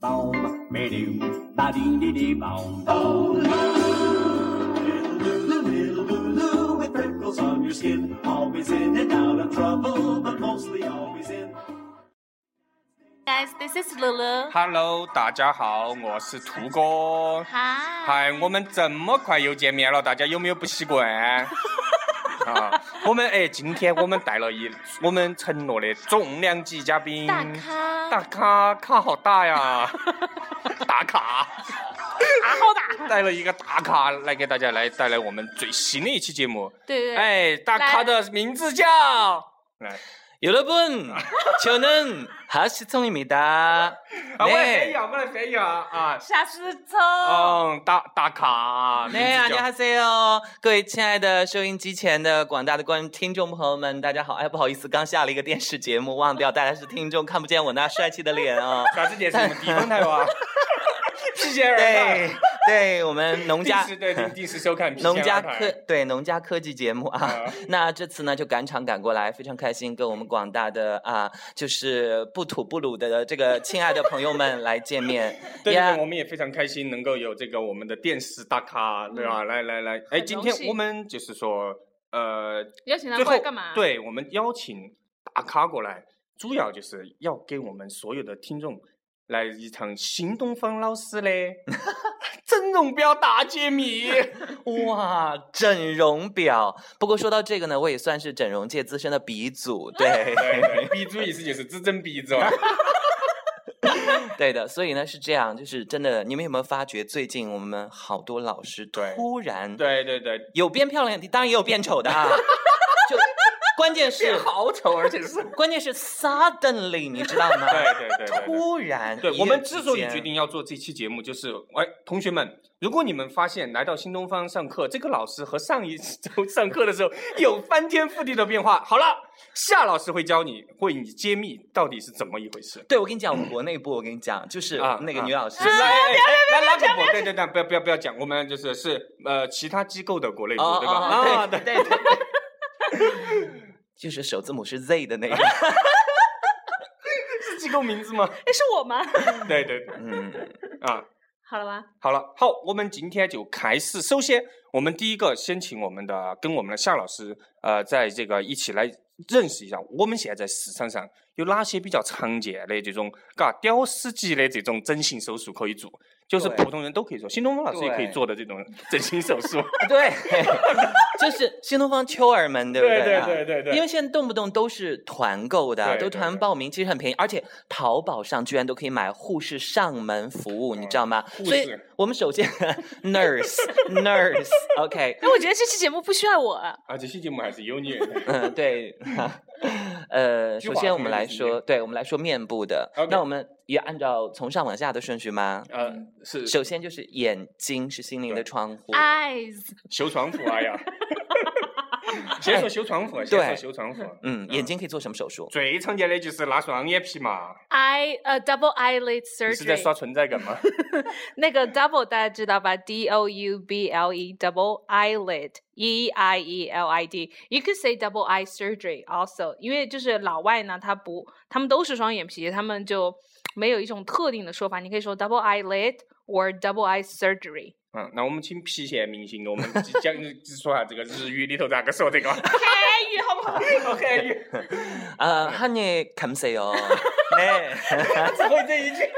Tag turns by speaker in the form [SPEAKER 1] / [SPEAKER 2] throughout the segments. [SPEAKER 1] Boom, me doo, ba dee dee dee boom. Oh, Lulu, little Lulu, little Lulu, with freckles on your skin. Always in and out of trouble, but mostly always in.
[SPEAKER 2] Guys, this is Lulu.
[SPEAKER 3] Hello，大家好，我是兔哥。
[SPEAKER 2] Hi.
[SPEAKER 3] 嗨，我们这么快又见面了，大家有没有不习 惯？啊，我们哎，今天我们带了一我们承诺的重量级嘉宾，
[SPEAKER 2] 大，咖，
[SPEAKER 3] 大咖，咖好 大呀，大咖，
[SPEAKER 2] 咖好大。
[SPEAKER 3] 带了一个大咖来给大家来带来我们最新的一期节目。
[SPEAKER 2] 对对，
[SPEAKER 3] 哎，大咖的名字叫，哎来，
[SPEAKER 4] 여러분, 저는 하시청입니다.
[SPEAKER 3] 啊，我来翻译
[SPEAKER 4] 네,
[SPEAKER 3] 啊，我来翻译啊，啊，
[SPEAKER 2] 夏思聪。哦
[SPEAKER 3] 嗯，大大咖，
[SPEAKER 2] 哎
[SPEAKER 4] 네,
[SPEAKER 3] 名字叫
[SPEAKER 4] 안녕하세요. 各位亲爱的收音机前的广大的观听众朋友们，大家好。哎，不好意思，刚下了一个电视节目，忘掉大家是听众，看不见我那帅气的脸 啊、
[SPEAKER 3] 啥子电视？我们地方台哇，郫县啊二
[SPEAKER 4] 对
[SPEAKER 3] 台，，
[SPEAKER 4] 对，我们农
[SPEAKER 3] 定
[SPEAKER 4] 家
[SPEAKER 3] 时对定定时收看郫县
[SPEAKER 4] 农家
[SPEAKER 3] 二台
[SPEAKER 4] 科对农家科技节目啊
[SPEAKER 3] 啊，
[SPEAKER 4] 那这次呢就赶场赶过来，非常开心，跟我们广大的啊，就是不吐不鲁的这个亲爱的朋友们来见面。
[SPEAKER 3] 对对
[SPEAKER 4] 呀
[SPEAKER 3] 对，我们也非常开心能够有这个我们的电视大咖，对吧？来来来，哎，
[SPEAKER 2] 很
[SPEAKER 3] 今
[SPEAKER 2] 荣
[SPEAKER 3] 天
[SPEAKER 2] 幸
[SPEAKER 3] 我们就是说，呃，
[SPEAKER 2] 邀请他
[SPEAKER 3] 最
[SPEAKER 2] 过来
[SPEAKER 3] 后
[SPEAKER 2] 干嘛？，
[SPEAKER 3] 对我们邀请大咖过来，主要就是要给我们所有的听众来一场新东方老师的 整容表大揭秘。
[SPEAKER 4] 哇，整容表。不过说到这个呢，我也算是整容界资深的鼻祖，对
[SPEAKER 3] 对对，鼻祖意思就是只整鼻子嘛。
[SPEAKER 4] 对的。所以呢是这样，就是真的，你们有没有发觉最近我们好多老师
[SPEAKER 3] 对
[SPEAKER 4] 突 然
[SPEAKER 3] 对对对，
[SPEAKER 4] 有变漂亮的，当然也有变丑的啊。 就关键是
[SPEAKER 3] 好丑，而且是。
[SPEAKER 4] 关键是 suddenly，你知道吗？
[SPEAKER 3] 对对对对对。
[SPEAKER 4] 突然一夜之间，
[SPEAKER 3] 对我们之所以决定要做这期节目，就是哎，同学们，如果你们发现来到新东方上课，这个老师和上一周上课的时候有翻天覆地的变化，好了，夏老师会教你，为你揭秘到底是怎么一回事。
[SPEAKER 4] 对，我跟你讲，我们国内部，我跟你讲，就是
[SPEAKER 3] 啊
[SPEAKER 4] 那个女老师，
[SPEAKER 3] 就是哎哎哎，拉拉不不，对对对，不要不要不要讲，我们就是是呃其他机构的国内部
[SPEAKER 4] 哦
[SPEAKER 3] 对吧？
[SPEAKER 4] 哦哦
[SPEAKER 3] 啊，
[SPEAKER 4] 对
[SPEAKER 3] 对
[SPEAKER 4] 对对，对 就是首字母是 Z 的 那个，
[SPEAKER 3] 是机构名字吗？
[SPEAKER 2] 哎，是我吗？
[SPEAKER 3] 对对对，
[SPEAKER 4] 嗯，
[SPEAKER 3] 啊，
[SPEAKER 2] 好了吧？
[SPEAKER 3] 好了，好，我们今天就开始。首先，我们第一个先请我们的跟我们的夏老师，呃，在这个一起来认识一下，我们现在市场上有哪些比较常见的这种，嘎，屌丝级的这种整形手术可以做，就是
[SPEAKER 4] 对
[SPEAKER 3] 普通人都可以做，新东方老师也可以
[SPEAKER 4] 对
[SPEAKER 3] 做的这种整形手术。
[SPEAKER 4] 对，就是新东方秋儿们，对不
[SPEAKER 3] 对
[SPEAKER 4] 啊
[SPEAKER 3] 对对对
[SPEAKER 4] 因为现在动不动都是团购的，
[SPEAKER 3] 对
[SPEAKER 4] 都
[SPEAKER 3] 对
[SPEAKER 4] 团
[SPEAKER 3] 对
[SPEAKER 4] 报名，其实很便宜，而且淘宝上居然都可以买护士上门服务，你知道吗？
[SPEAKER 3] 哦护
[SPEAKER 4] 所以
[SPEAKER 3] 士
[SPEAKER 4] 我们 首先 nurse nurse，OK，
[SPEAKER 2] 哎，我觉得这期节目不需要我。
[SPEAKER 3] 啊，这期节目还是有你。
[SPEAKER 4] 嗯，对， 呃，
[SPEAKER 3] 计划
[SPEAKER 4] 首先我们
[SPEAKER 3] 方面
[SPEAKER 4] 来
[SPEAKER 3] 是
[SPEAKER 4] 说，对我们来说面部的
[SPEAKER 3] OK
[SPEAKER 4] 那我们也按照从上往下的顺序吗？
[SPEAKER 3] 呃，是
[SPEAKER 4] 首先就是眼睛是心灵的
[SPEAKER 3] 对
[SPEAKER 4] 窗户，
[SPEAKER 2] 啊 Eyes，
[SPEAKER 3] 修床服啊呀，先说修床服，先说修床服。
[SPEAKER 4] 嗯，眼睛可以做什么手术？
[SPEAKER 3] 最常见的就是拉双眼皮嘛，
[SPEAKER 2] eye，呃，double eyelid
[SPEAKER 3] 你是在
[SPEAKER 2] surgery。
[SPEAKER 3] 刷存在感吗？
[SPEAKER 2] 那个 double 大家知道吧？D O U B L E double eyelid E I E L I D。You could say double eye surgery also，因为就是老外呢，他不，他们都是双眼皮，他们就没有一种特定的说法。你可以说 double eyelid or double eye surgery。
[SPEAKER 3] 嗯，那我们请郫县明星给我们讲 说下这个日语里头咋个说这个？
[SPEAKER 2] 韩语好不好？
[SPEAKER 3] 韩 语
[SPEAKER 4] 呃，哈尼看谁哦？对，
[SPEAKER 3] 只会这一句。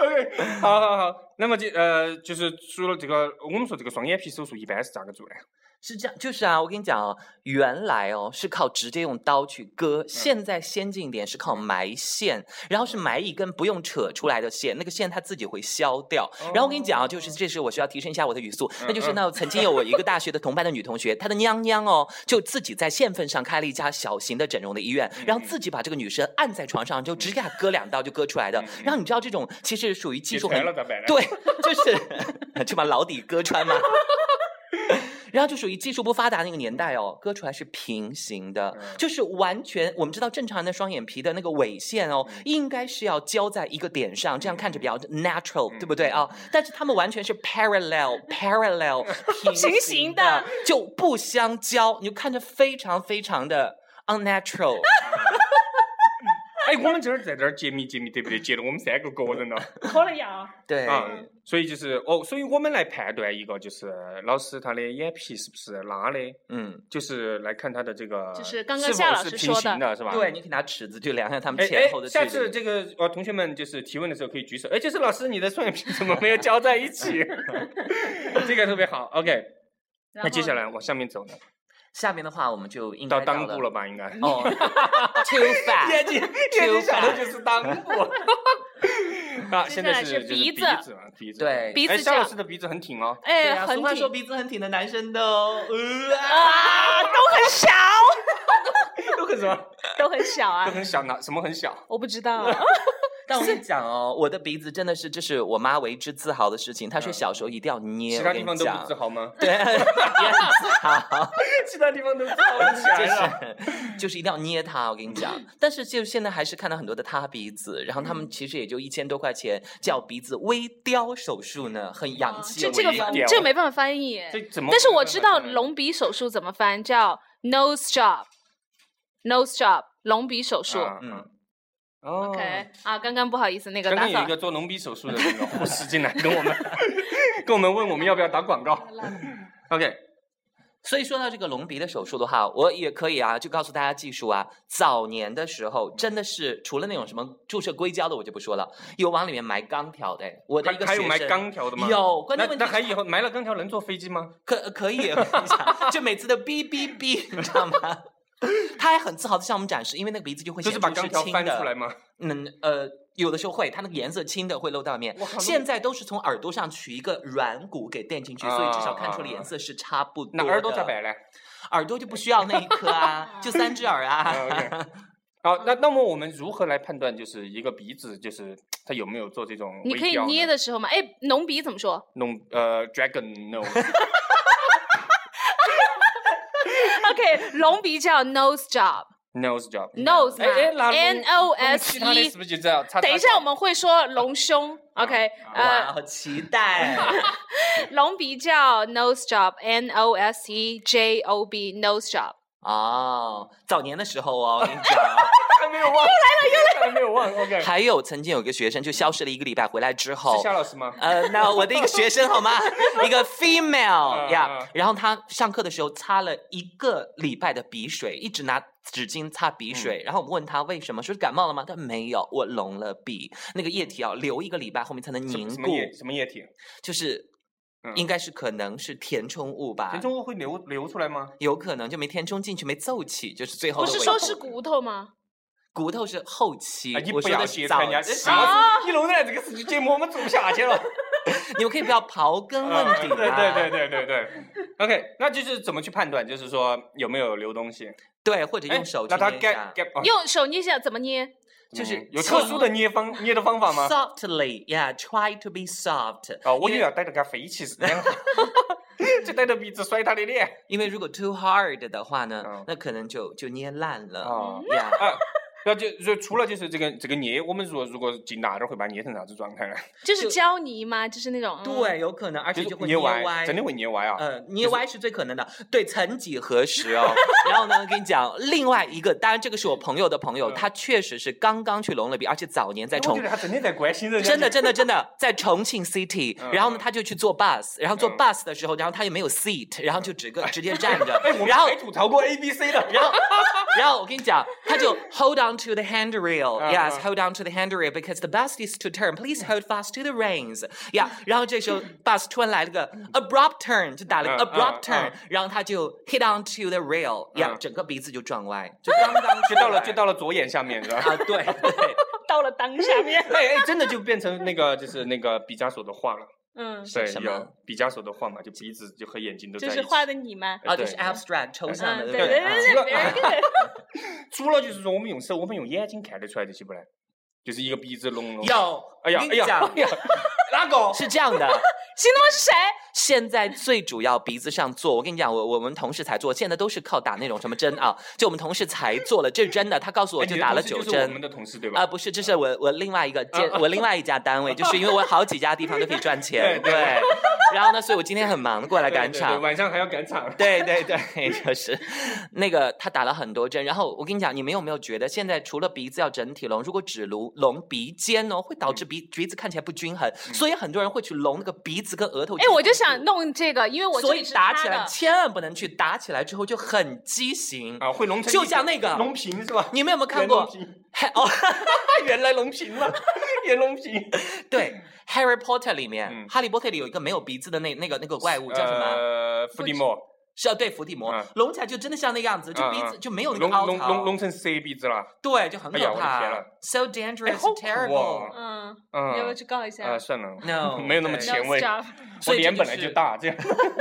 [SPEAKER 3] OK，好好好，那么就呃，就是除了这个，我们说这个双眼皮手术一般是咋个做的？
[SPEAKER 4] 是这样，就是啊，我跟你讲哦，原来哦是靠直接用刀去
[SPEAKER 3] 嗯
[SPEAKER 4] 割，现在先进一点是靠埋线，然后是埋一根不用扯出来的线，那个线它自己会消掉。然后我跟你讲啊，
[SPEAKER 3] 哦
[SPEAKER 4] 就是这是我需要提升一下我的语速，
[SPEAKER 3] 嗯
[SPEAKER 4] 那就是呢，曾经有我一个大学的同班的女同学，她的娘娘哦，就自己在县份上开了一家小型的整容的医院，
[SPEAKER 3] 嗯
[SPEAKER 4] 然后自己把这个女生按在床上，就直接给她割两刀就割出来的。然后你知道这种其实属于
[SPEAKER 3] 嗯
[SPEAKER 4] 技
[SPEAKER 3] 解
[SPEAKER 4] 术
[SPEAKER 3] 出来
[SPEAKER 4] 很
[SPEAKER 3] 了咋办 呢？，
[SPEAKER 4] 对，就是 就把老底割穿嘛。 然后就属于技术不发达那个年代哦，割出来是平行的，
[SPEAKER 3] 嗯
[SPEAKER 4] 就是完全我们知道正常人的双眼皮的那个尾线哦，
[SPEAKER 3] 嗯
[SPEAKER 4] 应该是要交在一个点上，这样看着比较 natural，、对
[SPEAKER 3] 嗯
[SPEAKER 4] 不对啊、但是他们完全是 parallel parallel 平
[SPEAKER 2] 平行
[SPEAKER 4] 行
[SPEAKER 2] 的，
[SPEAKER 4] 就不 相交，你就看着非常非常的 unnatural。
[SPEAKER 3] 哎，哎，我们这儿在这儿揭秘揭秘，对不对？揭了我们三个个人了
[SPEAKER 2] 可以啊，
[SPEAKER 4] 对，
[SPEAKER 3] 啊，所以就是哦，所以我们来判断一个就是老师他的眼皮是不是拉的，
[SPEAKER 4] 嗯，
[SPEAKER 3] 就是来看他的这个
[SPEAKER 2] 就是刚刚夏老师
[SPEAKER 3] 是否是平
[SPEAKER 2] 说的
[SPEAKER 3] 行的，是吧？
[SPEAKER 4] 对，你可以拿尺子去量一下他们
[SPEAKER 3] 哎
[SPEAKER 4] 前后
[SPEAKER 3] 哎，
[SPEAKER 4] 的距
[SPEAKER 3] 下次
[SPEAKER 4] 离。
[SPEAKER 3] 这个呃，同学们就是提问的时候可以举手。哎，就是老师，你的双眼皮怎么没有交在一起？这个特别好。OK，
[SPEAKER 2] 然
[SPEAKER 3] 那接
[SPEAKER 2] 后
[SPEAKER 3] 下来往下面走呢，
[SPEAKER 4] 下面的话我们就应
[SPEAKER 3] 到
[SPEAKER 4] 该
[SPEAKER 3] 裆部
[SPEAKER 4] 了
[SPEAKER 3] 了吧？应该。
[SPEAKER 4] 哦，too fast，
[SPEAKER 3] 睛眼睛想的就是裆部。啊，
[SPEAKER 2] 接
[SPEAKER 3] 现
[SPEAKER 2] 下
[SPEAKER 3] 在
[SPEAKER 2] 来
[SPEAKER 3] 是
[SPEAKER 2] 是
[SPEAKER 3] 就是
[SPEAKER 2] 鼻
[SPEAKER 3] 鼻
[SPEAKER 2] 子
[SPEAKER 3] 子啊，鼻子。
[SPEAKER 4] 对
[SPEAKER 2] 鼻
[SPEAKER 3] 哎，
[SPEAKER 2] 子
[SPEAKER 3] 夏老
[SPEAKER 2] 角
[SPEAKER 3] 师的鼻子很挺哦。
[SPEAKER 4] 对
[SPEAKER 2] 哎，
[SPEAKER 4] 啊，
[SPEAKER 2] 很
[SPEAKER 4] 俗话说
[SPEAKER 2] 挺
[SPEAKER 4] 鼻子很挺的男生的哦，呃
[SPEAKER 2] 啊，都很小，
[SPEAKER 3] 都很什么？
[SPEAKER 2] 都很小
[SPEAKER 3] 都
[SPEAKER 2] 啊，
[SPEAKER 3] 很小，哪什么很小？
[SPEAKER 2] 我不知道，啊
[SPEAKER 4] 但我跟你讲哦，我的鼻子真的是，这是我妈为之自豪的事情。她说
[SPEAKER 3] 嗯
[SPEAKER 4] 小时候一定要
[SPEAKER 3] 其
[SPEAKER 4] 捏，我
[SPEAKER 3] 他
[SPEAKER 4] 跟
[SPEAKER 3] 地
[SPEAKER 4] 你
[SPEAKER 3] 方都不
[SPEAKER 4] 讲
[SPEAKER 3] 自豪吗？
[SPEAKER 4] 对，也很自豪，
[SPEAKER 3] 其他地方都自豪 不起来了。
[SPEAKER 4] 就是就是一定要捏它。我跟你讲，但是就现在还是看到很多的塌鼻子，然后他
[SPEAKER 3] 嗯
[SPEAKER 4] 们其实也就一千多块钱叫鼻子微雕手术呢，
[SPEAKER 3] 嗯
[SPEAKER 4] 很洋气。
[SPEAKER 2] 这
[SPEAKER 4] 我
[SPEAKER 2] 这个
[SPEAKER 4] 跟你讲
[SPEAKER 3] 屌
[SPEAKER 2] 这个没办法翻译，
[SPEAKER 3] 哦这怎么？
[SPEAKER 2] 但是我知道
[SPEAKER 3] 啊
[SPEAKER 2] 隆鼻手术怎么翻，叫 nose job，nose job 隆鼻手术。
[SPEAKER 3] 啊
[SPEAKER 4] 嗯，
[SPEAKER 3] 哦
[SPEAKER 2] OK 啊，刚刚不好意思，那个
[SPEAKER 3] 刚
[SPEAKER 2] 打
[SPEAKER 3] 刚有
[SPEAKER 2] 扫
[SPEAKER 3] 一个做隆鼻手术的那个护士进来跟 我们跟我们问我们要不要打广告。OK，
[SPEAKER 4] 所以说到这个隆鼻的手术的话，我也可以啊，就告诉大家技术啊。早年的时候，真的是除了那种什么注射硅胶的，我就不说了，有往里面埋钢条的。我的
[SPEAKER 3] 还
[SPEAKER 4] 一个
[SPEAKER 3] 还有
[SPEAKER 4] 学
[SPEAKER 3] 埋
[SPEAKER 4] 生
[SPEAKER 3] 钢条的吗？
[SPEAKER 4] 有，关
[SPEAKER 3] 那
[SPEAKER 4] 键问题
[SPEAKER 3] 那
[SPEAKER 4] 是
[SPEAKER 3] 还以后埋了钢条能坐飞机吗？
[SPEAKER 4] 可可以， 我跟你讲，就每次都哔哔哔，你知道吗？ 他还很自豪的向我们展示，因为那个鼻子就会
[SPEAKER 3] 就
[SPEAKER 4] 显
[SPEAKER 3] 是
[SPEAKER 4] 出
[SPEAKER 3] 把钢条
[SPEAKER 4] 青
[SPEAKER 3] 翻出
[SPEAKER 4] 的
[SPEAKER 3] 来。 吗？
[SPEAKER 4] 嗯呃，有的时候会，它那个颜色青的会露到面
[SPEAKER 3] 我靠。
[SPEAKER 4] 现在都是从耳朵上取一个软骨给垫进去，所以至少看出来
[SPEAKER 3] 啊
[SPEAKER 4] 颜色是差不多
[SPEAKER 3] 那
[SPEAKER 4] 的。
[SPEAKER 3] 耳朵咋？摆 嘞？
[SPEAKER 4] 耳朵就不需要那一颗啊，就三只耳
[SPEAKER 3] 啊
[SPEAKER 4] 啊。
[SPEAKER 3] ，OK。好，那那么我们如何来判断，就是一个鼻子，就是它有没有做这种？
[SPEAKER 2] 你可以捏，的时候嘛，哎，隆鼻怎么说
[SPEAKER 3] 弄呃 dragon no，
[SPEAKER 2] ？OK，隆 鼻叫 nose job，nose
[SPEAKER 3] nose job。哎 哎，
[SPEAKER 2] 嘛
[SPEAKER 3] 那
[SPEAKER 2] ，N O
[SPEAKER 3] 弄
[SPEAKER 2] S
[SPEAKER 3] 其他的是
[SPEAKER 2] E。
[SPEAKER 3] 不是就这样？叉
[SPEAKER 2] 等一
[SPEAKER 3] 叉
[SPEAKER 2] 下，我们会说隆胸，OK，
[SPEAKER 3] 啊
[SPEAKER 4] 哇，
[SPEAKER 3] 哦
[SPEAKER 2] 呃，
[SPEAKER 4] 好期 待！
[SPEAKER 2] 隆鼻叫 nose job，N O S E J O B nose job。
[SPEAKER 4] 哦，早年的时候哦，我跟 你讲。
[SPEAKER 3] 还没有忘，又来了又来了，没有忘。OK，
[SPEAKER 4] 还有曾经有一个学生就消失了一个礼拜，回来之后
[SPEAKER 3] 是，夏老师吗？
[SPEAKER 4] 呃，那我的一个学生好吗？一个 female
[SPEAKER 3] 嗯
[SPEAKER 4] 呀、
[SPEAKER 3] 嗯
[SPEAKER 4] 然后他上课的时候擦了一个礼拜的鼻水，一直拿纸巾擦
[SPEAKER 3] 嗯
[SPEAKER 4] 鼻水。然后我们问他为什么，说是感冒了吗？他没有，我隆了鼻，那个液体要留一个礼拜，后面才能
[SPEAKER 3] 什
[SPEAKER 4] 凝
[SPEAKER 3] 么什么
[SPEAKER 4] 固，
[SPEAKER 3] 液什么液体？啊
[SPEAKER 4] 就是、
[SPEAKER 3] 嗯
[SPEAKER 4] 应该是可能是填充物吧，
[SPEAKER 3] 填充物会流流出来吗？
[SPEAKER 4] 有可能就没填充进去，没凑齐，就是最后
[SPEAKER 2] 不
[SPEAKER 4] 的
[SPEAKER 2] 是
[SPEAKER 4] 味
[SPEAKER 2] 说
[SPEAKER 4] 道
[SPEAKER 2] 是骨头吗？
[SPEAKER 4] 骨头是后期，
[SPEAKER 3] 啊，你
[SPEAKER 4] 我
[SPEAKER 3] 不
[SPEAKER 4] 说
[SPEAKER 3] 要
[SPEAKER 4] 的
[SPEAKER 3] 去
[SPEAKER 4] 是
[SPEAKER 3] 参
[SPEAKER 4] 早
[SPEAKER 3] 加，这
[SPEAKER 4] 期
[SPEAKER 3] 夏，老师一弄来这个事情，节目我们做不下去了。
[SPEAKER 4] 你们可以不要刨根 问底、啊
[SPEAKER 3] 嗯对对对对对对。OK，那就是怎么去判断，就是说有没有流东西？
[SPEAKER 4] 对，或者
[SPEAKER 3] 哎
[SPEAKER 4] 用手去
[SPEAKER 3] 那它
[SPEAKER 4] 捏一
[SPEAKER 3] get
[SPEAKER 4] 下。嗯
[SPEAKER 3] get 哦
[SPEAKER 2] 用手捏一下，怎么捏？
[SPEAKER 4] 就是
[SPEAKER 3] 嗯有特殊的捏方捏的方法吗？
[SPEAKER 4] Softly, yeah, try to be soft.
[SPEAKER 3] 哦，我
[SPEAKER 4] 因
[SPEAKER 3] 又
[SPEAKER 4] 为
[SPEAKER 3] 要逮着它飞起是这样的， 就逮着鼻子甩他的脸。
[SPEAKER 4] 因为如果 too hard 的话呢，
[SPEAKER 3] 嗯
[SPEAKER 4] 那可能就就捏烂了。
[SPEAKER 3] 哦，
[SPEAKER 4] 呀、
[SPEAKER 3] 啊，那就就除了就是这个这个捏，我们如果如果进大点儿会把它捏成啥子状态呢？
[SPEAKER 2] 就是
[SPEAKER 4] 就
[SPEAKER 2] 胶泥吗？就是那种。嗯
[SPEAKER 4] 对，有可能，而且
[SPEAKER 3] 就
[SPEAKER 4] 就是会
[SPEAKER 3] 捏
[SPEAKER 4] 歪，
[SPEAKER 3] 真的会捏歪啊！
[SPEAKER 4] 呃，捏歪是最可能的。对，曾几 何时哦，然后呢，跟你讲，另外一个，当然这个是我朋友的朋友，
[SPEAKER 3] 嗯
[SPEAKER 4] 他确实是刚刚去隆了鼻，而且早年在
[SPEAKER 3] 哎我
[SPEAKER 4] 重
[SPEAKER 3] 觉得他真的在关心人家，
[SPEAKER 4] 真的，真的，真的，在重庆 City，
[SPEAKER 3] 嗯
[SPEAKER 4] 然后呢，他就去坐 bus，然后坐
[SPEAKER 3] 嗯
[SPEAKER 4] bus 的时候，然后他也没有 seat，然后就直个直接站 着
[SPEAKER 3] 哎，我，们
[SPEAKER 4] 然后
[SPEAKER 3] 还吐槽过 A B C 的，
[SPEAKER 4] 然后， 然后我跟你讲，他就 hold on to the handrail,
[SPEAKER 3] 嗯
[SPEAKER 4] yes,
[SPEAKER 3] 嗯
[SPEAKER 4] hold on to the handrail because the bus is to turn. Please hold fast to the reins. Yeah，然后这时候 bus 突然来了个 abrupt turn，就打了个
[SPEAKER 3] 嗯嗯
[SPEAKER 4] abrupt
[SPEAKER 3] 嗯
[SPEAKER 4] turn，然后他就 hit on to the rail，呀
[SPEAKER 3] 嗯，
[SPEAKER 4] 整个鼻子就撞歪，就 刚刚
[SPEAKER 3] 就到了就到了左眼下面是吧？
[SPEAKER 4] 啊， 对对，
[SPEAKER 2] 到了裆下面。
[SPEAKER 3] 哎哎，真的就变成那个就是那个毕加索的画了，
[SPEAKER 2] 嗯，
[SPEAKER 3] 对，
[SPEAKER 4] 什么
[SPEAKER 3] 有毕加索的画嘛，就鼻子就和眼睛都在
[SPEAKER 2] 就
[SPEAKER 3] 一起。
[SPEAKER 2] 是画的你吗？嗯
[SPEAKER 3] 哎
[SPEAKER 4] 啊，就是
[SPEAKER 3] 对 Uh,
[SPEAKER 4] abstract 抽象的，啊
[SPEAKER 2] 嗯，对对
[SPEAKER 4] 不
[SPEAKER 2] 对
[SPEAKER 3] 除了
[SPEAKER 2] 对，别人 看。
[SPEAKER 3] 除了就是说我们用手，我们用眼睛看得出来这些不呢？就是一个鼻子隆隆。
[SPEAKER 4] 有，
[SPEAKER 3] 哎呀
[SPEAKER 4] 我
[SPEAKER 3] 哎
[SPEAKER 4] 跟你
[SPEAKER 3] 呀
[SPEAKER 4] 讲
[SPEAKER 3] 哎呀， 哪个？哎
[SPEAKER 4] 是这样的。
[SPEAKER 2] 新东是谁？
[SPEAKER 4] 现在最主要鼻子上做，我跟你讲，我我们同事才做，现在都是靠打那种什么针啊，就我们同事才做了，这是真的，他告诉我
[SPEAKER 3] 哎
[SPEAKER 4] 就
[SPEAKER 3] 你的
[SPEAKER 4] 打
[SPEAKER 3] 同
[SPEAKER 4] 了
[SPEAKER 3] 事
[SPEAKER 4] 九
[SPEAKER 3] 就是我们
[SPEAKER 4] 针。
[SPEAKER 3] 的嗯同事对
[SPEAKER 4] 啊、
[SPEAKER 3] 吧？
[SPEAKER 4] 不是，这是我我另外一个兼、我另外一家单位，就是因为我好几家地方都可以赚钱，
[SPEAKER 3] 对
[SPEAKER 4] 对
[SPEAKER 3] 对
[SPEAKER 4] 然后呢，所以我今天很忙的过来赶
[SPEAKER 3] 对对对
[SPEAKER 4] 场。
[SPEAKER 3] 晚上还要赶场。
[SPEAKER 4] 对对对， 就是那个他打了很多针，然后我跟你讲，你们有没有觉得现在除了鼻子要整体隆，如果只隆隆鼻尖哦，会导
[SPEAKER 3] 嗯
[SPEAKER 4] 致鼻、鼻子看起来不均衡，所以很多人会去隆那个鼻子跟额头。
[SPEAKER 2] 哎，我就想弄这个，因为我
[SPEAKER 4] 所
[SPEAKER 2] 这
[SPEAKER 4] 以
[SPEAKER 2] 里是
[SPEAKER 4] 打
[SPEAKER 2] 塌
[SPEAKER 4] 起来
[SPEAKER 2] 的
[SPEAKER 4] 千万不能去，打起来之后就很畸形。
[SPEAKER 3] 啊，会隆成
[SPEAKER 4] 就
[SPEAKER 3] 一
[SPEAKER 4] 像那个
[SPEAKER 3] 隆平是吧？
[SPEAKER 4] 你们有没有看
[SPEAKER 3] 袁
[SPEAKER 4] 过
[SPEAKER 3] 隆？平
[SPEAKER 4] 嘿哦，
[SPEAKER 3] 原来隆平了， 袁隆平
[SPEAKER 4] 对，《Harry Potter》里面，
[SPEAKER 3] 嗯
[SPEAKER 4] 哈利波特》里有一个没有鼻子的那那个那个怪物叫什么？
[SPEAKER 3] 呃，伏地魔，
[SPEAKER 4] 是啊要对伏地魔
[SPEAKER 3] 嗯
[SPEAKER 4] 隆起来就真的像那个样子，就
[SPEAKER 3] 嗯
[SPEAKER 4] 鼻子
[SPEAKER 3] 嗯
[SPEAKER 4] 就没有那
[SPEAKER 3] 隆
[SPEAKER 4] 个凹
[SPEAKER 3] 隆隆
[SPEAKER 4] 槽，
[SPEAKER 3] 隆成 C 鼻子了。
[SPEAKER 4] 对，就很
[SPEAKER 3] 哎呀
[SPEAKER 4] 可
[SPEAKER 3] 我的
[SPEAKER 4] 怕
[SPEAKER 3] 天呐。
[SPEAKER 4] So
[SPEAKER 3] 哎好
[SPEAKER 4] dangerous,
[SPEAKER 3] 苦
[SPEAKER 4] terrible。
[SPEAKER 3] 哦
[SPEAKER 2] 嗯，你要不要
[SPEAKER 3] 嗯，
[SPEAKER 2] 去告一下
[SPEAKER 3] 啊，算了
[SPEAKER 4] No，
[SPEAKER 3] 没有那么
[SPEAKER 4] 对
[SPEAKER 3] 前
[SPEAKER 2] No
[SPEAKER 3] 卫。
[SPEAKER 2] stop
[SPEAKER 3] 我
[SPEAKER 4] 所以
[SPEAKER 3] 脸
[SPEAKER 4] 这
[SPEAKER 3] 本来
[SPEAKER 4] 是
[SPEAKER 3] 就，大，这样，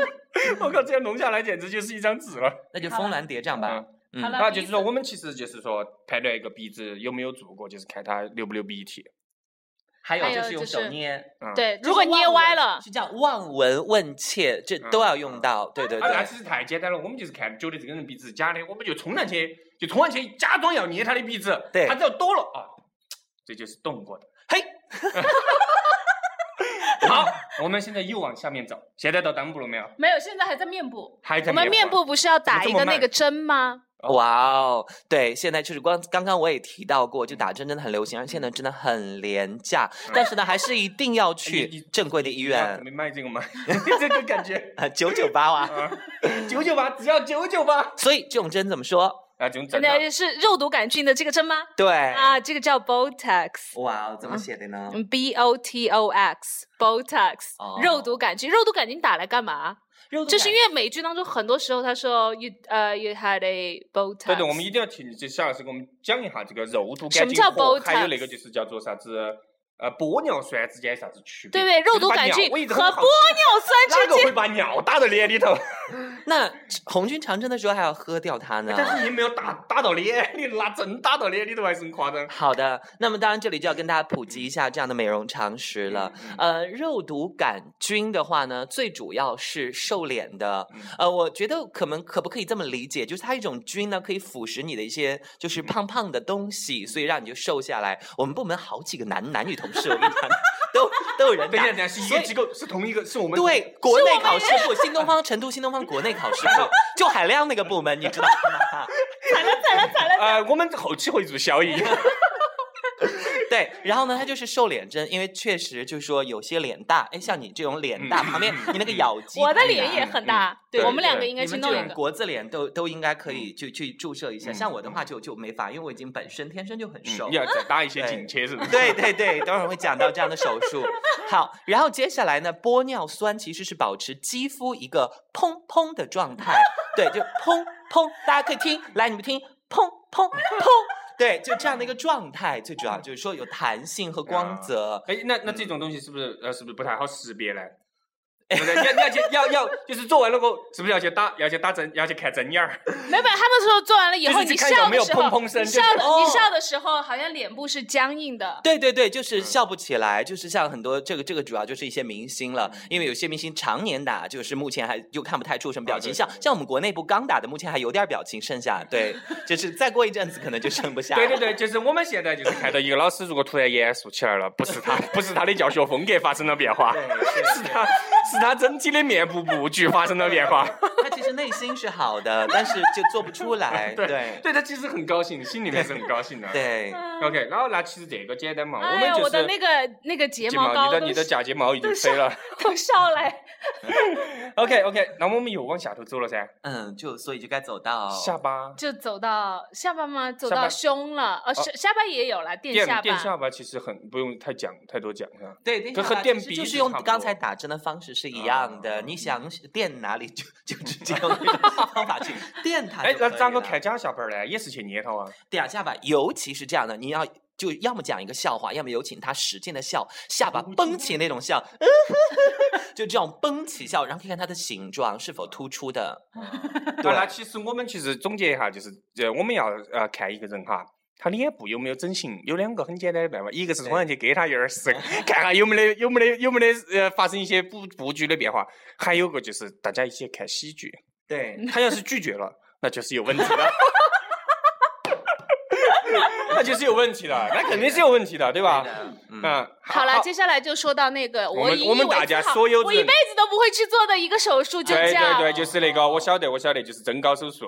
[SPEAKER 3] 我靠，这样隆下来简直就是一张纸了。
[SPEAKER 4] 那就峰峦叠嶂吧。
[SPEAKER 2] 好
[SPEAKER 4] 嗯
[SPEAKER 2] 了，
[SPEAKER 3] 那就是说，我们其实就是说，排掉一个鼻子有没有煮过，就是看它流不流鼻涕。
[SPEAKER 4] 还有
[SPEAKER 2] 还有
[SPEAKER 4] 就是用
[SPEAKER 2] 就
[SPEAKER 4] 手
[SPEAKER 2] 是
[SPEAKER 4] 捏，
[SPEAKER 3] 嗯，
[SPEAKER 2] 对，
[SPEAKER 4] 就是
[SPEAKER 2] 如果捏
[SPEAKER 4] 望闻
[SPEAKER 2] 歪了，
[SPEAKER 4] 是叫望闻问切，这
[SPEAKER 3] 嗯
[SPEAKER 4] 都要用到。对对
[SPEAKER 3] 啊，那
[SPEAKER 4] 对，
[SPEAKER 3] 只是太简单了，我们就是看觉得这个人鼻子是假的，我们就冲上去，就冲上去假装要捏他的鼻子，
[SPEAKER 4] 对
[SPEAKER 3] 他只要躲了啊，这就是动过的。
[SPEAKER 4] 嘿，
[SPEAKER 3] 好，我们现在又往下面走，现在到裆部了没有？
[SPEAKER 2] 没有，现在还在面部。
[SPEAKER 3] 还在
[SPEAKER 2] 我们面
[SPEAKER 3] 部
[SPEAKER 2] 部不是要打
[SPEAKER 3] 这
[SPEAKER 2] 一
[SPEAKER 3] 么
[SPEAKER 2] 个那
[SPEAKER 3] 慢
[SPEAKER 2] 个针吗？
[SPEAKER 4] 哇哦，对，现在就是光刚刚我也提到过，就打针真的很流行，而且现在真的很廉价，但是呢，还是一定要
[SPEAKER 3] 哎你
[SPEAKER 4] 去正规的医院
[SPEAKER 3] 准备卖这个吗？ 这个感觉
[SPEAKER 4] 啊，九九八哇。
[SPEAKER 3] 啊，九九八，只要九九八
[SPEAKER 4] 所以这种针怎么哎说？
[SPEAKER 3] 啊，这种整的
[SPEAKER 2] 那是肉毒杆菌的这个针吗？
[SPEAKER 4] 对，
[SPEAKER 2] 啊，这个叫 Botox。
[SPEAKER 4] 哇哦，怎么写的呢？
[SPEAKER 2] 嗯，B O T O X Botox，、
[SPEAKER 4] 哦
[SPEAKER 2] 肉毒杆菌，肉毒杆菌打来干嘛？
[SPEAKER 4] 肉
[SPEAKER 2] 就是因为美剧当中很多时候他说 you 呃、you had a Botox，
[SPEAKER 3] 对对，我们一定要请这夏老师给我们讲一下这个肉毒
[SPEAKER 2] 什
[SPEAKER 3] 杆
[SPEAKER 2] 么
[SPEAKER 3] 菌
[SPEAKER 2] 叫
[SPEAKER 3] 和还有
[SPEAKER 2] Botox？
[SPEAKER 3] 那个就是叫做啥子呃玻尿酸之间有啥子区别？
[SPEAKER 2] 对不对？肉
[SPEAKER 3] 就是
[SPEAKER 2] 毒
[SPEAKER 3] 把
[SPEAKER 2] 杆
[SPEAKER 3] 尿
[SPEAKER 2] 菌
[SPEAKER 3] 我一直
[SPEAKER 2] 和
[SPEAKER 3] 很好
[SPEAKER 2] 玻
[SPEAKER 3] 奇
[SPEAKER 2] 尿酸
[SPEAKER 3] 哪
[SPEAKER 2] 之
[SPEAKER 3] 个
[SPEAKER 2] 间，
[SPEAKER 3] 会把尿打到脸里头？
[SPEAKER 4] 那红军长征的时候还要喝掉它
[SPEAKER 2] 哎
[SPEAKER 4] 呢。
[SPEAKER 3] 但是你没有打打到脸，你拿针打到脸里头还是很夸 张。
[SPEAKER 4] 好的，那么当然这里就要跟大家普及一下这样的美容常识了。
[SPEAKER 3] 嗯
[SPEAKER 4] 呃，肉毒杆菌的话呢，最主要是瘦脸的
[SPEAKER 3] 嗯。
[SPEAKER 4] 呃，我觉得可能可不可以这么理解，就是它一种菌呢，可以腐蚀你的一些就是胖胖的东西，所以让你就瘦下来。我们部门好几个男男女同事，我跟你讲，都都有人
[SPEAKER 3] 等一
[SPEAKER 4] 打
[SPEAKER 3] 下，。等一下，是一个机构，是同一个，是我们
[SPEAKER 4] 对，国内考试部，新东方、成都新东方国内考试部，就海亮那个部门，你知道吗？
[SPEAKER 3] 呃，我们后期会做效应。
[SPEAKER 4] 对，然后呢，它就是瘦脸针，因为确实就是说有些脸大，哎，像你这种脸
[SPEAKER 3] 嗯
[SPEAKER 4] 大，旁边你那个咬肌，
[SPEAKER 2] 我的
[SPEAKER 4] 你
[SPEAKER 2] 脸
[SPEAKER 4] 啊
[SPEAKER 2] 也很大，
[SPEAKER 3] 对
[SPEAKER 2] 我们两个
[SPEAKER 3] 对
[SPEAKER 2] 应该
[SPEAKER 4] 你
[SPEAKER 2] 去
[SPEAKER 4] 们
[SPEAKER 2] 弄
[SPEAKER 4] 这
[SPEAKER 2] 一
[SPEAKER 4] 种
[SPEAKER 2] 个。
[SPEAKER 4] 国字脸都都应该可以去去注射一下，
[SPEAKER 3] 嗯
[SPEAKER 4] 像我的话就就没法，因为我已经本身天生就很瘦。
[SPEAKER 3] 要再打一些
[SPEAKER 4] 对
[SPEAKER 3] 紧切是不是？
[SPEAKER 4] 对对对，等会儿会讲到这样的手术。好，然后接下来呢，玻尿酸其实是保持肌肤一个砰砰的状态，对，就砰砰，大家可以听，来你们听，砰砰砰，对，就这样的一个状态，最主要就是说有弹性和光泽。
[SPEAKER 3] 哎，那那这种东西是不是呃，是不是不太好识别呢？ 对不对要要去要要，就是做完了过后，是不是要去打要去打针，要去看针眼 儿？
[SPEAKER 2] 没有，没有，他们说做完了以
[SPEAKER 3] 就是
[SPEAKER 2] 后，
[SPEAKER 3] 去
[SPEAKER 2] 你
[SPEAKER 3] 看有
[SPEAKER 2] 笑
[SPEAKER 3] 没
[SPEAKER 2] 的
[SPEAKER 3] 有
[SPEAKER 2] 时候，
[SPEAKER 3] 砰砰声
[SPEAKER 2] 你
[SPEAKER 3] 就是哦
[SPEAKER 2] 笑的、
[SPEAKER 4] 哦
[SPEAKER 2] 你笑的时候，好像脸部是僵硬的。
[SPEAKER 4] 对对对，就是
[SPEAKER 3] 嗯
[SPEAKER 4] 笑不起来，就是像很多这个这个主要就是一些明星
[SPEAKER 3] 嗯
[SPEAKER 4] 了，因为有些明星常年打，就是目前还又看不太出什么表
[SPEAKER 3] 啊
[SPEAKER 4] 情，
[SPEAKER 3] 对
[SPEAKER 4] 像像我们国内部刚打的，目前还有点表情剩下，对，就是再过一阵子可能就剩不下。
[SPEAKER 3] 对对对，就是我们现在就是 看到一个老师，如果突然严肃起来了，不是他，不是他的教学风格发生了变 化，是他是他整体的面部布局发生了变化。
[SPEAKER 4] 他其实内心是好的，但是就做不出来。对
[SPEAKER 3] 对他其实很高兴，心里面是很高兴的。
[SPEAKER 4] 对，
[SPEAKER 3] OK，然后那其实这个简单嘛，
[SPEAKER 2] 哎
[SPEAKER 3] 们
[SPEAKER 2] 呀，
[SPEAKER 3] 就
[SPEAKER 2] 我的
[SPEAKER 3] 是
[SPEAKER 2] 那个那个睫
[SPEAKER 3] 睫
[SPEAKER 2] 毛膏
[SPEAKER 3] 你的
[SPEAKER 2] 都
[SPEAKER 3] 你的
[SPEAKER 2] 是
[SPEAKER 3] 假睫毛已经飞了。
[SPEAKER 2] 都上来，
[SPEAKER 3] OK OK，那我们又往下头走了噻，
[SPEAKER 4] 嗯，就所以就该走到
[SPEAKER 3] 下巴。
[SPEAKER 2] 就走到下巴吗？走
[SPEAKER 3] 下巴哦
[SPEAKER 2] 到胸了，呃，下下巴也有了，垫
[SPEAKER 3] 垫
[SPEAKER 2] 下
[SPEAKER 3] 垫
[SPEAKER 2] 巴。
[SPEAKER 3] 下巴其实很不用太讲太多讲是吧？
[SPEAKER 4] 对，
[SPEAKER 3] 跟和
[SPEAKER 4] 下巴
[SPEAKER 3] 垫
[SPEAKER 4] 其实
[SPEAKER 3] 鼻
[SPEAKER 4] 就
[SPEAKER 3] 子
[SPEAKER 4] 是用
[SPEAKER 3] 差不
[SPEAKER 4] 刚
[SPEAKER 3] 多
[SPEAKER 4] 才打针的方式是一样
[SPEAKER 3] 啊
[SPEAKER 4] 的，你想垫哪里就就直接用那个方法去垫它就可
[SPEAKER 3] 哎，
[SPEAKER 4] 以了。
[SPEAKER 3] 那咋个看假下巴呢？也是去捏它啊？
[SPEAKER 4] 嗲下巴，尤其是这样的，你要就要么讲一个笑话，要么有请他使劲的笑，下巴绷起那种笑， 就这样绷起笑，然后看看它的形状是否突出的。
[SPEAKER 3] 对，那其实我们其实总结一下，就是呃，我们要呃看一个人哈，他脸部有没有整形，有两个很简单的办法，一个是冲上去给他一耳屎，看看有没得有没得有没得呃发生一些布布局的变化，还有个就是大家一起看喜剧，
[SPEAKER 4] 对，
[SPEAKER 3] 嗯他要是拒绝了，那就是有问题了。 那就是有问题的，那肯定是有问题的，对吧？
[SPEAKER 4] 嗯，
[SPEAKER 3] 嗯，
[SPEAKER 5] 好了，接下来就说到那个
[SPEAKER 3] 我们
[SPEAKER 5] 以
[SPEAKER 3] 我们
[SPEAKER 5] 以为
[SPEAKER 3] 大家
[SPEAKER 5] 自豪
[SPEAKER 3] 所有
[SPEAKER 5] 我
[SPEAKER 3] 人
[SPEAKER 5] 一辈子都不会去做的一个手术，就这
[SPEAKER 3] 对
[SPEAKER 5] 样。
[SPEAKER 3] 对对，就是那个，我晓得，我晓得，就是增高 手术。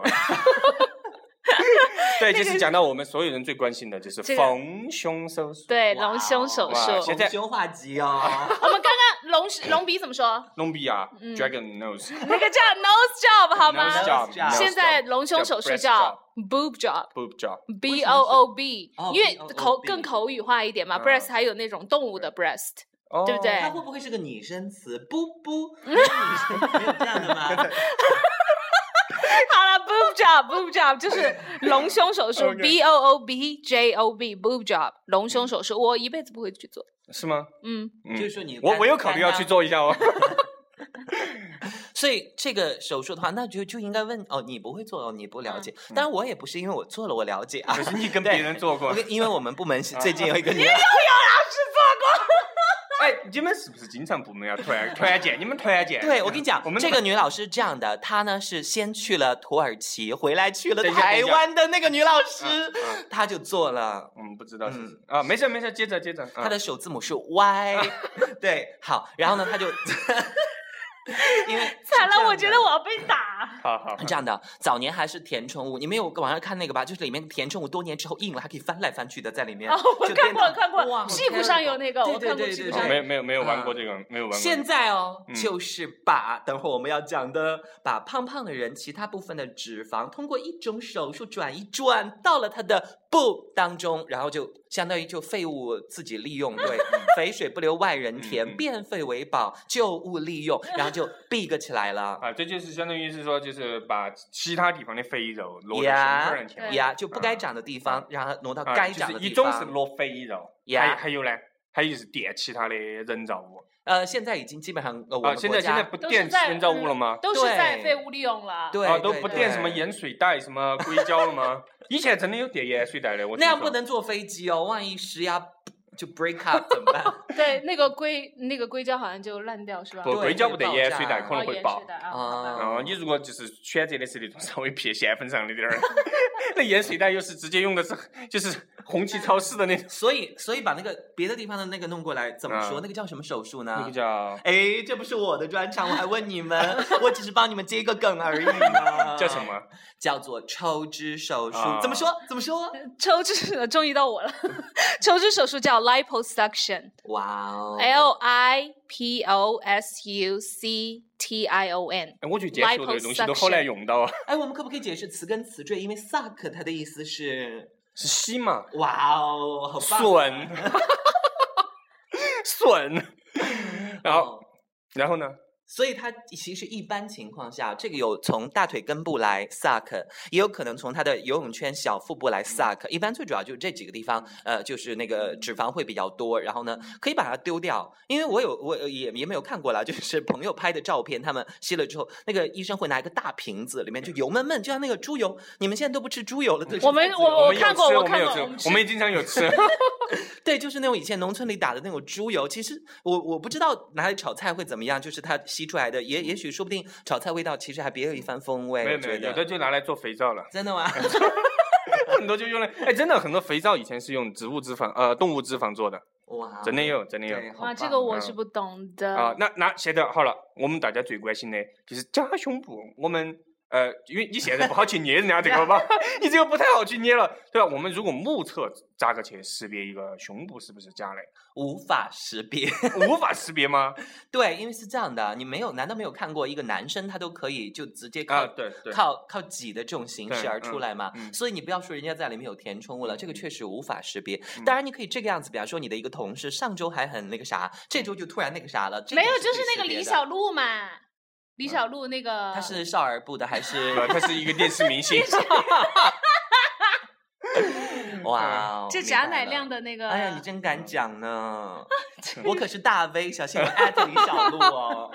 [SPEAKER 3] 对，就是讲到我们所有人最关心的，就是
[SPEAKER 2] 这个
[SPEAKER 3] 丰胸手术。
[SPEAKER 5] 对
[SPEAKER 4] 哇
[SPEAKER 5] 隆胸手术。
[SPEAKER 3] 哇现在
[SPEAKER 4] 胸化极哦，
[SPEAKER 5] 我们刚刚隆隆鼻怎么 说？
[SPEAKER 3] 隆鼻啊
[SPEAKER 5] 嗯
[SPEAKER 3] ，dragon nose，
[SPEAKER 5] 那个叫 nose job 好吗？
[SPEAKER 3] nose job，
[SPEAKER 4] job
[SPEAKER 5] 现在隆胸手术叫 boob job。
[SPEAKER 3] boob job。
[SPEAKER 5] B
[SPEAKER 4] 什
[SPEAKER 5] O
[SPEAKER 4] 么
[SPEAKER 5] O B，
[SPEAKER 4] 哦
[SPEAKER 5] 因为
[SPEAKER 4] B O O B
[SPEAKER 5] 口更口语化一点嘛
[SPEAKER 3] 嗯
[SPEAKER 5] ，breast 还有那种动物的 breast，
[SPEAKER 3] 哦
[SPEAKER 5] 对不对
[SPEAKER 4] 它会不会是个拟声词？不 不，没有拟声没有这样的 吗？
[SPEAKER 2] 好了，boob job，boob job 就是隆胸手术
[SPEAKER 3] OK
[SPEAKER 2] ，B O O B J O B，boob job 隆胸手术，我一辈子不会去做。
[SPEAKER 3] 是吗？
[SPEAKER 2] 嗯，
[SPEAKER 3] 嗯
[SPEAKER 4] 就是说你
[SPEAKER 3] 我
[SPEAKER 4] 担
[SPEAKER 3] 我有考虑要去。做一下哦。
[SPEAKER 4] 担当所以这个手术的话，那就就应该问哦，你不会做哦，你不了解。当然我也不是因为我做了我了解啊
[SPEAKER 3] 可，是你 跟别人做过
[SPEAKER 4] 我。跟因为我们部门是最近 有一个女，
[SPEAKER 3] 哎，你们是不是经常部门要团团建？啊你们团建？
[SPEAKER 4] 对我跟你讲
[SPEAKER 3] 我，们
[SPEAKER 4] 这个女老师是这样的，她呢是先去了土耳其，回来去了
[SPEAKER 3] 等一下
[SPEAKER 4] 台
[SPEAKER 3] 等一下
[SPEAKER 4] 湾的那个女老
[SPEAKER 3] 嗯
[SPEAKER 4] 师，她就做了。
[SPEAKER 3] 嗯，不知道是
[SPEAKER 4] 嗯
[SPEAKER 3] 啊，没事没事，接着接
[SPEAKER 2] 嗯
[SPEAKER 3] 着。
[SPEAKER 4] 他的首字母是 Y，对，好，然后呢， 他就因为
[SPEAKER 2] 惨
[SPEAKER 4] 是这
[SPEAKER 2] 了，我
[SPEAKER 4] 样
[SPEAKER 2] 觉
[SPEAKER 4] 的
[SPEAKER 2] 得我要被打。
[SPEAKER 3] 嗯好好，
[SPEAKER 4] 这样的，早年还是填充物，你们有网上看那个吧？就是里面填充物多年之后硬了，还可以翻来翻去的，在里面。
[SPEAKER 2] 哦，我
[SPEAKER 4] 就
[SPEAKER 2] 看
[SPEAKER 4] 电
[SPEAKER 2] 过，
[SPEAKER 4] 脑
[SPEAKER 2] 看过
[SPEAKER 4] 哇，
[SPEAKER 2] 屁股上有那个，
[SPEAKER 4] 对
[SPEAKER 2] 我看过
[SPEAKER 4] 对
[SPEAKER 2] 屁股
[SPEAKER 4] 对
[SPEAKER 2] 上
[SPEAKER 3] 哦
[SPEAKER 2] 有。
[SPEAKER 3] 没有没有没有玩过
[SPEAKER 4] 嗯
[SPEAKER 3] 这个，没有玩过。
[SPEAKER 4] 现在哦，
[SPEAKER 3] 嗯
[SPEAKER 4] 就是把等会儿我们要讲的，把胖胖的人其他部分的脂肪通过一种手术转移转到了他的 boob 当中，然后就相当于就废物自己利用， 对，肥水不流外人
[SPEAKER 3] 嗯
[SPEAKER 4] 田，
[SPEAKER 3] 嗯
[SPEAKER 4] 变废为宝，旧物利用，然后就 big 起来了。
[SPEAKER 3] 啊，这就是相当于是说，就是把其他地方的肥肉落在胸
[SPEAKER 4] 呀
[SPEAKER 3] 口上去了。
[SPEAKER 4] 呀，就不该长的地方，让它挪到
[SPEAKER 3] 啊
[SPEAKER 4] 该
[SPEAKER 3] 就
[SPEAKER 4] 长
[SPEAKER 3] 是
[SPEAKER 4] 的
[SPEAKER 3] 一
[SPEAKER 4] 地
[SPEAKER 3] 种是
[SPEAKER 4] 方。
[SPEAKER 3] 落肥肉，
[SPEAKER 4] 呀
[SPEAKER 3] 还还有呢，还有就是垫其他的人造物
[SPEAKER 4] 呃，现在已经基本上呃，我
[SPEAKER 3] 啊。
[SPEAKER 4] 们
[SPEAKER 3] 现
[SPEAKER 4] 国
[SPEAKER 3] 在现在
[SPEAKER 4] 家
[SPEAKER 3] 不
[SPEAKER 2] 都是
[SPEAKER 3] 垫
[SPEAKER 2] 在嗯
[SPEAKER 3] 人造物了吗？
[SPEAKER 2] 都是在
[SPEAKER 4] 对
[SPEAKER 2] 废物利用了。
[SPEAKER 4] 对
[SPEAKER 3] 啊，都不
[SPEAKER 4] 垫
[SPEAKER 3] 垫什么盐水袋、什么硅胶了吗？以前真的有垫盐水袋的，我
[SPEAKER 4] 那
[SPEAKER 3] 听
[SPEAKER 4] 样
[SPEAKER 3] 说
[SPEAKER 4] 不。能坐飞机哦，万一失压就 break up 怎么办？
[SPEAKER 2] 对，那个硅那个硅胶好像就烂掉是吧？
[SPEAKER 3] 不，
[SPEAKER 4] 对
[SPEAKER 3] 硅胶不得
[SPEAKER 4] 会爆
[SPEAKER 3] 盐
[SPEAKER 4] 炸
[SPEAKER 3] 水袋可
[SPEAKER 2] 哦
[SPEAKER 3] 能
[SPEAKER 2] 也
[SPEAKER 3] 会
[SPEAKER 2] 是
[SPEAKER 3] 爆。
[SPEAKER 2] 的啊。好吧
[SPEAKER 4] 啊
[SPEAKER 3] 啊，你如果就是选择的是那种 稍微撇线粉上的点儿，那盐水袋又是直接用的是就是红旗超市的那种，
[SPEAKER 4] 所以所以把那个别的地方的那个弄过来，怎么说？
[SPEAKER 3] 嗯
[SPEAKER 4] 那个叫什么手术
[SPEAKER 3] 那
[SPEAKER 4] 呢
[SPEAKER 3] 个？叫
[SPEAKER 4] 哎，这不是我的专场，我还问你 们，我只是帮你们接一个梗而已嘛。
[SPEAKER 3] 叫什？么？
[SPEAKER 4] 叫做抽脂手术
[SPEAKER 3] 啊。
[SPEAKER 4] 怎么说？怎么说？
[SPEAKER 2] 抽脂了，终于到我了。抽脂手术叫 liposuction，L
[SPEAKER 4] 哇哦！
[SPEAKER 2] 哎 I P O S U C T I O N。
[SPEAKER 3] 哎我觉得接触这个东西都好难用到啊，
[SPEAKER 4] 哎，我们可不可以解释词跟词缀？因为 suck 它的意思是
[SPEAKER 3] 是吸嘛，
[SPEAKER 4] 哇哦，好棒！
[SPEAKER 3] 笋，笋，
[SPEAKER 2] 哦
[SPEAKER 3] 然
[SPEAKER 4] 哦
[SPEAKER 3] 后然后呢？
[SPEAKER 4] 所以它其实一般情况下，这个有从大腿根部来 suck，也有可能从它的游泳圈小腹部来
[SPEAKER 2] 嗯
[SPEAKER 4] suck。一般最主要就是这几个地方，呃，就是那个脂肪会比较多。然后呢，可以把它丢掉，因为我有我呃也也没有看过啦，就是朋友拍的照片，他们吸了之后，那个医生会拿一个大瓶子，里面就油闷闷，就像那个猪油。你们现在都不吃猪油了，对
[SPEAKER 2] 嗯我们我
[SPEAKER 3] 我
[SPEAKER 2] 哦我
[SPEAKER 3] 们有
[SPEAKER 2] 看过，
[SPEAKER 3] 吃
[SPEAKER 2] 我
[SPEAKER 3] 我
[SPEAKER 2] 看
[SPEAKER 3] 们有
[SPEAKER 2] 过，
[SPEAKER 3] 吃
[SPEAKER 2] 我们，
[SPEAKER 3] 我们也经常有吃。
[SPEAKER 4] 对，就是那种以前农村里打的那种猪油。其实我我不知道拿来炒菜会怎么样，就是它吸出来的，也也许说不定炒菜味道其实还别有一番风味。
[SPEAKER 3] 没有
[SPEAKER 4] 我
[SPEAKER 3] 没有，
[SPEAKER 4] 觉
[SPEAKER 3] 有
[SPEAKER 4] 得
[SPEAKER 3] 的就拿来做肥皂了，
[SPEAKER 4] 真的 吗？
[SPEAKER 3] 很多就用来，哎，真的很多肥皂以前是用植物脂肪呃动物脂肪做的，
[SPEAKER 2] 啊
[SPEAKER 4] 哇，
[SPEAKER 3] 真的有真的有。
[SPEAKER 4] 对，好
[SPEAKER 2] 哇，这
[SPEAKER 4] 棒
[SPEAKER 2] 个我
[SPEAKER 3] 嗯
[SPEAKER 2] 是不懂的。
[SPEAKER 3] 啊，那那现在好了，我们大家最关心的就是假胸部，我们。呃，因为你现在不好去捏人家这个吧， 你这个不太好去捏了，对吧？我们如果目测咋个去识别一个胸部是不是假的，
[SPEAKER 4] 无法识别。
[SPEAKER 3] 无法识别吗？
[SPEAKER 4] 对，因为是这样的，你没有，难道没有看过一个男生他都可以就直接靠、
[SPEAKER 3] 啊，对对，
[SPEAKER 4] 靠靠挤的这种形
[SPEAKER 3] 对
[SPEAKER 4] 式而出
[SPEAKER 3] 嗯
[SPEAKER 4] 来嘛？
[SPEAKER 3] 嗯
[SPEAKER 4] 所以你不要说人家在里面有填充物了，这个确实无法识别。
[SPEAKER 3] 嗯
[SPEAKER 4] 当然，你可以这个样子，比方说你的一个同事上周还很那个啥，这周就突然那个啥了。这
[SPEAKER 2] 没
[SPEAKER 4] 种
[SPEAKER 2] 有，
[SPEAKER 4] 可
[SPEAKER 2] 就是
[SPEAKER 4] 以
[SPEAKER 2] 那个
[SPEAKER 4] 识别
[SPEAKER 2] 李
[SPEAKER 4] 的哦
[SPEAKER 2] 小璐嘛，李小璐那个，
[SPEAKER 6] 嗯
[SPEAKER 4] 他是少儿部的还 是
[SPEAKER 3] 呃，他是一个电视明星，
[SPEAKER 4] 哇哦？
[SPEAKER 2] 这
[SPEAKER 4] 明
[SPEAKER 2] 贾
[SPEAKER 4] 白
[SPEAKER 2] 乃
[SPEAKER 4] 了
[SPEAKER 2] 亮。的那个。
[SPEAKER 4] 哎呀，你真敢 讲呢！ 我可是大 V，小心我艾特李小璐哦。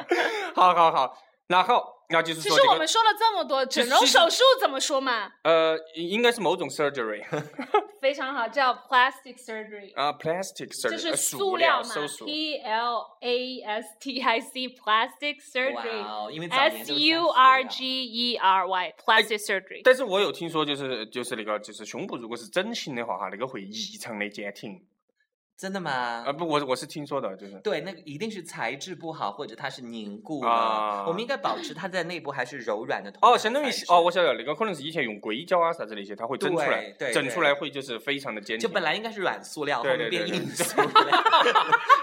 [SPEAKER 3] 好好好，然后那就是
[SPEAKER 2] 其
[SPEAKER 3] 说
[SPEAKER 2] 实
[SPEAKER 3] 这
[SPEAKER 2] 我
[SPEAKER 3] 个
[SPEAKER 2] 们说了这么多，整容
[SPEAKER 3] 其实
[SPEAKER 2] 手术怎么说嘛？
[SPEAKER 3] 呃，应该是某种 surgery
[SPEAKER 6] 非常好，叫 plastic surgery，
[SPEAKER 3] 啊，plastic
[SPEAKER 6] 就
[SPEAKER 3] surgery
[SPEAKER 6] 是
[SPEAKER 3] 呃
[SPEAKER 6] 塑
[SPEAKER 3] 塑
[SPEAKER 6] 料嘛
[SPEAKER 3] 手术。
[SPEAKER 6] ，P L A S T I C plastic surgery。
[SPEAKER 4] 哇哦，因为早年
[SPEAKER 6] S
[SPEAKER 4] 就是
[SPEAKER 6] U
[SPEAKER 4] 三
[SPEAKER 6] R
[SPEAKER 4] 岁
[SPEAKER 6] G E R
[SPEAKER 3] 哎
[SPEAKER 6] Y plastic surgery，
[SPEAKER 3] 但是我有听说，就是就是那个就是胸部如果是整形的话，哈，那个会异常的坚挺
[SPEAKER 4] 啊真的吗？
[SPEAKER 3] 啊！不，我我是听说的，就是
[SPEAKER 4] 对，那个一定是材质不好，或者它是凝固了。
[SPEAKER 3] 啊
[SPEAKER 4] 我们应该保持它在内部还是柔软的。
[SPEAKER 3] 哦，相当于
[SPEAKER 4] 材质
[SPEAKER 3] 哦，我晓得那个可能是以前用硅胶啊啥子那些，它会整出来
[SPEAKER 4] 对，对
[SPEAKER 3] 整出
[SPEAKER 4] 对
[SPEAKER 3] 来会就是非常的坚挺。
[SPEAKER 4] 就本来应该是软塑料，后
[SPEAKER 3] 对对
[SPEAKER 4] 面变
[SPEAKER 3] 对
[SPEAKER 4] 硬塑料，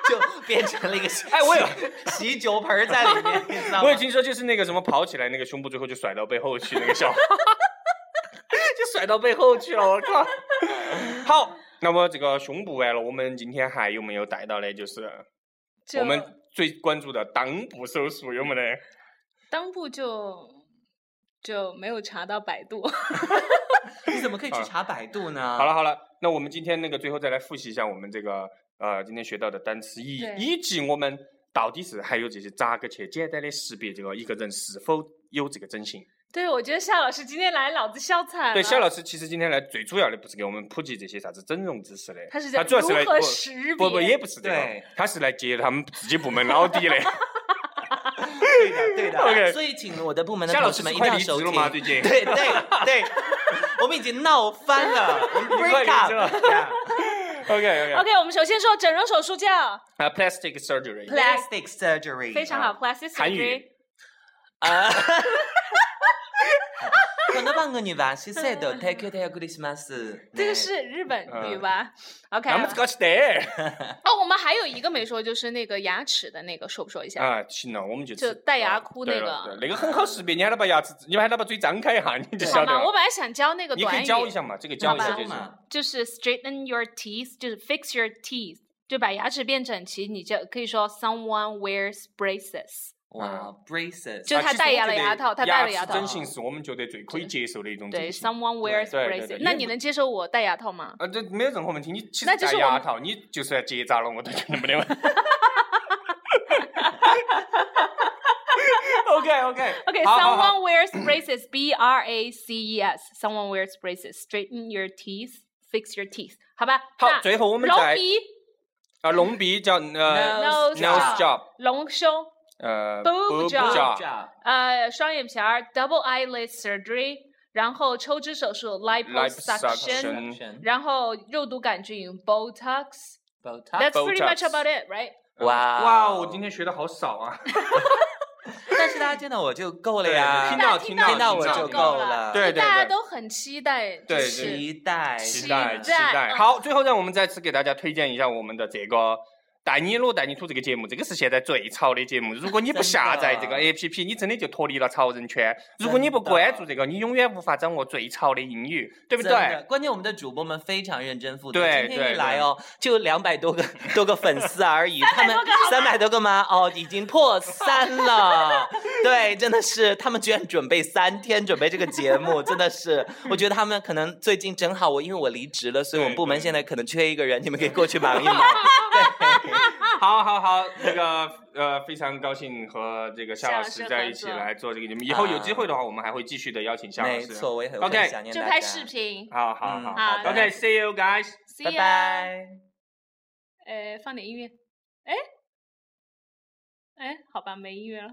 [SPEAKER 4] 就变成了一个洗
[SPEAKER 3] 哎我有
[SPEAKER 4] 洗酒盆儿在里面，你知道
[SPEAKER 3] 我
[SPEAKER 4] 吗
[SPEAKER 3] 也？听说，就是那个什么跑起来，那个胸部最后就甩到背后去，那个 笑话，就甩到背后去了，我 靠！好，那么这个胸部完了，我们今天还有没有带到嘞？就是
[SPEAKER 2] 就
[SPEAKER 3] 我们最关注的裆部手术有没得？
[SPEAKER 2] 裆部就就没有查到百度，
[SPEAKER 4] 你怎么可以去查百度呢？
[SPEAKER 3] 啊好了，好了，那我们今天那个最后再来复习一下我们这个呃今天学到的单词，以
[SPEAKER 2] 对
[SPEAKER 3] 以及我们到底是还有这些咋个去简单的识别这个一个人是否有这个整形。
[SPEAKER 2] 对我觉得夏老师今天来，老子笑惨了。
[SPEAKER 3] 对，夏老师其实今天来最主要的不是给我们普及这些啥子整容知识的，
[SPEAKER 2] 他是
[SPEAKER 3] 他
[SPEAKER 2] 在
[SPEAKER 3] 主要是
[SPEAKER 2] 如
[SPEAKER 3] 来
[SPEAKER 2] 何
[SPEAKER 3] 不
[SPEAKER 2] 识
[SPEAKER 3] 不不
[SPEAKER 2] 别
[SPEAKER 3] 也不是这个
[SPEAKER 4] 对，
[SPEAKER 3] 他是来揭他们自己部门 老底的。
[SPEAKER 4] 对的，对的。
[SPEAKER 3] OK
[SPEAKER 4] 所以请我的部门的
[SPEAKER 3] 夏老
[SPEAKER 4] 同
[SPEAKER 3] 师是
[SPEAKER 4] 事们一
[SPEAKER 3] 快
[SPEAKER 4] 定要
[SPEAKER 3] 离职
[SPEAKER 4] 收
[SPEAKER 3] 了
[SPEAKER 4] 听。
[SPEAKER 3] 吗？最近
[SPEAKER 4] 对对对， 我们已经闹 翻了，我们
[SPEAKER 3] 你快
[SPEAKER 4] break
[SPEAKER 3] 离
[SPEAKER 4] up
[SPEAKER 3] 职了
[SPEAKER 4] Yeah
[SPEAKER 3] OK OK
[SPEAKER 2] OK，我们首先说整容手术叫
[SPEAKER 3] 啊，plastic surgery，
[SPEAKER 4] plastic surgery，
[SPEAKER 2] 非常好，plastic
[SPEAKER 3] 啊韩语
[SPEAKER 2] surgery。
[SPEAKER 4] 啊。この番組は施政と提供でお送りします。
[SPEAKER 2] 这个是日本
[SPEAKER 3] 嗯
[SPEAKER 2] 语吧？OK，
[SPEAKER 3] 咱们 Scotch there
[SPEAKER 2] 哦，我们还有一个没说，就是那个牙齿的那个，说不说一下？
[SPEAKER 3] 啊，行了，我们就
[SPEAKER 2] 就是戴牙
[SPEAKER 3] 啊
[SPEAKER 2] 箍
[SPEAKER 3] 对
[SPEAKER 2] 那
[SPEAKER 3] 了
[SPEAKER 2] 个
[SPEAKER 3] 对那个很好识别，你喊他把牙齿，你喊他把嘴张开一下，你就
[SPEAKER 4] 对
[SPEAKER 3] 晓
[SPEAKER 2] 好
[SPEAKER 3] 得
[SPEAKER 2] 吗？我
[SPEAKER 3] 了。
[SPEAKER 2] 本来想教那个
[SPEAKER 3] 你可
[SPEAKER 2] 短
[SPEAKER 3] 以教
[SPEAKER 2] 语
[SPEAKER 3] 一，下嘛，这个
[SPEAKER 4] 教
[SPEAKER 3] 教一下就是。
[SPEAKER 4] 嘛，
[SPEAKER 2] 就是 straighten your teeth，就是 fix your teeth，就把牙齿变整齐，你就可以说 someone wears braces。
[SPEAKER 4] 哇，braces，
[SPEAKER 2] 就
[SPEAKER 3] 啊
[SPEAKER 2] 他
[SPEAKER 3] 其实
[SPEAKER 2] 戴
[SPEAKER 3] 我
[SPEAKER 2] 牙
[SPEAKER 3] 觉
[SPEAKER 2] 了
[SPEAKER 3] 得
[SPEAKER 2] 牙套他戴了牙
[SPEAKER 3] 牙齿
[SPEAKER 2] 套
[SPEAKER 3] 整形是我们觉得最可以接受的一种
[SPEAKER 2] 对
[SPEAKER 3] 整形。
[SPEAKER 2] ，someone wears
[SPEAKER 3] 对对对
[SPEAKER 2] braces。
[SPEAKER 3] 因
[SPEAKER 2] 那
[SPEAKER 3] 为
[SPEAKER 2] 你
[SPEAKER 3] 不
[SPEAKER 2] 能接受我戴牙套吗？
[SPEAKER 3] 啊，这没有任何问题。你其实
[SPEAKER 2] 那就
[SPEAKER 3] 戴
[SPEAKER 2] 是我
[SPEAKER 3] 牙
[SPEAKER 2] 们
[SPEAKER 3] 套，你就算结扎了，我都觉得 没得问题。OK OK
[SPEAKER 2] Okay, someone wears braces. B R A C E S. Someone wears braces. Straighten your teeth. Fix your teeth. 好吧，
[SPEAKER 3] 好
[SPEAKER 2] 那
[SPEAKER 3] 最后我们
[SPEAKER 2] 隆
[SPEAKER 3] 再
[SPEAKER 2] 鼻、
[SPEAKER 3] 啊，隆鼻叫呃
[SPEAKER 2] nose
[SPEAKER 3] nose job，
[SPEAKER 2] 隆胸、
[SPEAKER 3] 呃
[SPEAKER 2] Boob job
[SPEAKER 3] job，
[SPEAKER 2] 呃双眼皮儿、double eyelid surgery，然后抽脂手术 liposuction，
[SPEAKER 3] Liposuction
[SPEAKER 2] 然后肉毒杆菌 Botox。That's
[SPEAKER 3] 啊
[SPEAKER 4] Botox，
[SPEAKER 2] pretty much about it, right?
[SPEAKER 4] 哇哦
[SPEAKER 3] 哇，我今天学的好少啊。
[SPEAKER 4] 但是大家见到我就够了呀，
[SPEAKER 3] 对
[SPEAKER 2] 大家
[SPEAKER 3] 听
[SPEAKER 2] 听
[SPEAKER 3] 到
[SPEAKER 4] 听到
[SPEAKER 3] 听
[SPEAKER 4] 我
[SPEAKER 3] 到
[SPEAKER 4] 就
[SPEAKER 3] 听
[SPEAKER 2] 够
[SPEAKER 4] 够了，
[SPEAKER 3] 对对
[SPEAKER 2] 大家
[SPEAKER 3] 对
[SPEAKER 2] 都很期待，就
[SPEAKER 3] 对对
[SPEAKER 2] 是
[SPEAKER 4] 期待，
[SPEAKER 3] 期
[SPEAKER 2] 期待
[SPEAKER 3] 待期待。
[SPEAKER 2] 嗯
[SPEAKER 3] 好，最后让我们再次给大家推荐一下我们的这个。带你撸带你吐这个节目，这个是现在最潮的节目。如果你不
[SPEAKER 4] 真的
[SPEAKER 3] 下载这个 APP，你真的就脱离了潮人圈。如果你不
[SPEAKER 4] 真的
[SPEAKER 3] 关注这个，你永远无法掌握最潮的英语，对不
[SPEAKER 4] 真的
[SPEAKER 3] 对？
[SPEAKER 4] 关键我们的主播们非常认真负责，
[SPEAKER 3] 对对
[SPEAKER 4] 今天一来哦，就两百多个多个粉丝而已，他们三百多个吗？哦，已经破三了，对，真的是他们居然准备三天准备这个节目，真的是， 我觉得他们可能最近正好我因为我离职了，所以我们
[SPEAKER 3] 对
[SPEAKER 4] 部门
[SPEAKER 3] 对
[SPEAKER 4] 现在可能缺一个人，你们可以过去忙 一忙。
[SPEAKER 3] 好好好，那个呃，非常高兴和这个夏
[SPEAKER 2] 夏
[SPEAKER 3] 老
[SPEAKER 2] 老
[SPEAKER 3] 师
[SPEAKER 2] 师
[SPEAKER 3] 在
[SPEAKER 2] 合
[SPEAKER 3] 一起
[SPEAKER 2] 作
[SPEAKER 3] 来做这个节目。以后有机
[SPEAKER 4] 啊
[SPEAKER 3] 会的话，我们还会继续的邀请夏老
[SPEAKER 4] 没
[SPEAKER 3] 师。
[SPEAKER 4] 错，我也很
[SPEAKER 3] OK，
[SPEAKER 4] 很想念
[SPEAKER 2] 就
[SPEAKER 4] 大家。
[SPEAKER 2] 拍视频。
[SPEAKER 3] 好好
[SPEAKER 4] 嗯
[SPEAKER 3] 好
[SPEAKER 2] 好的
[SPEAKER 3] OK，see you guys。
[SPEAKER 2] See
[SPEAKER 4] 拜
[SPEAKER 2] ya
[SPEAKER 4] 拜。
[SPEAKER 2] 呃，放点音乐。哎，哎，好吧，没音乐了。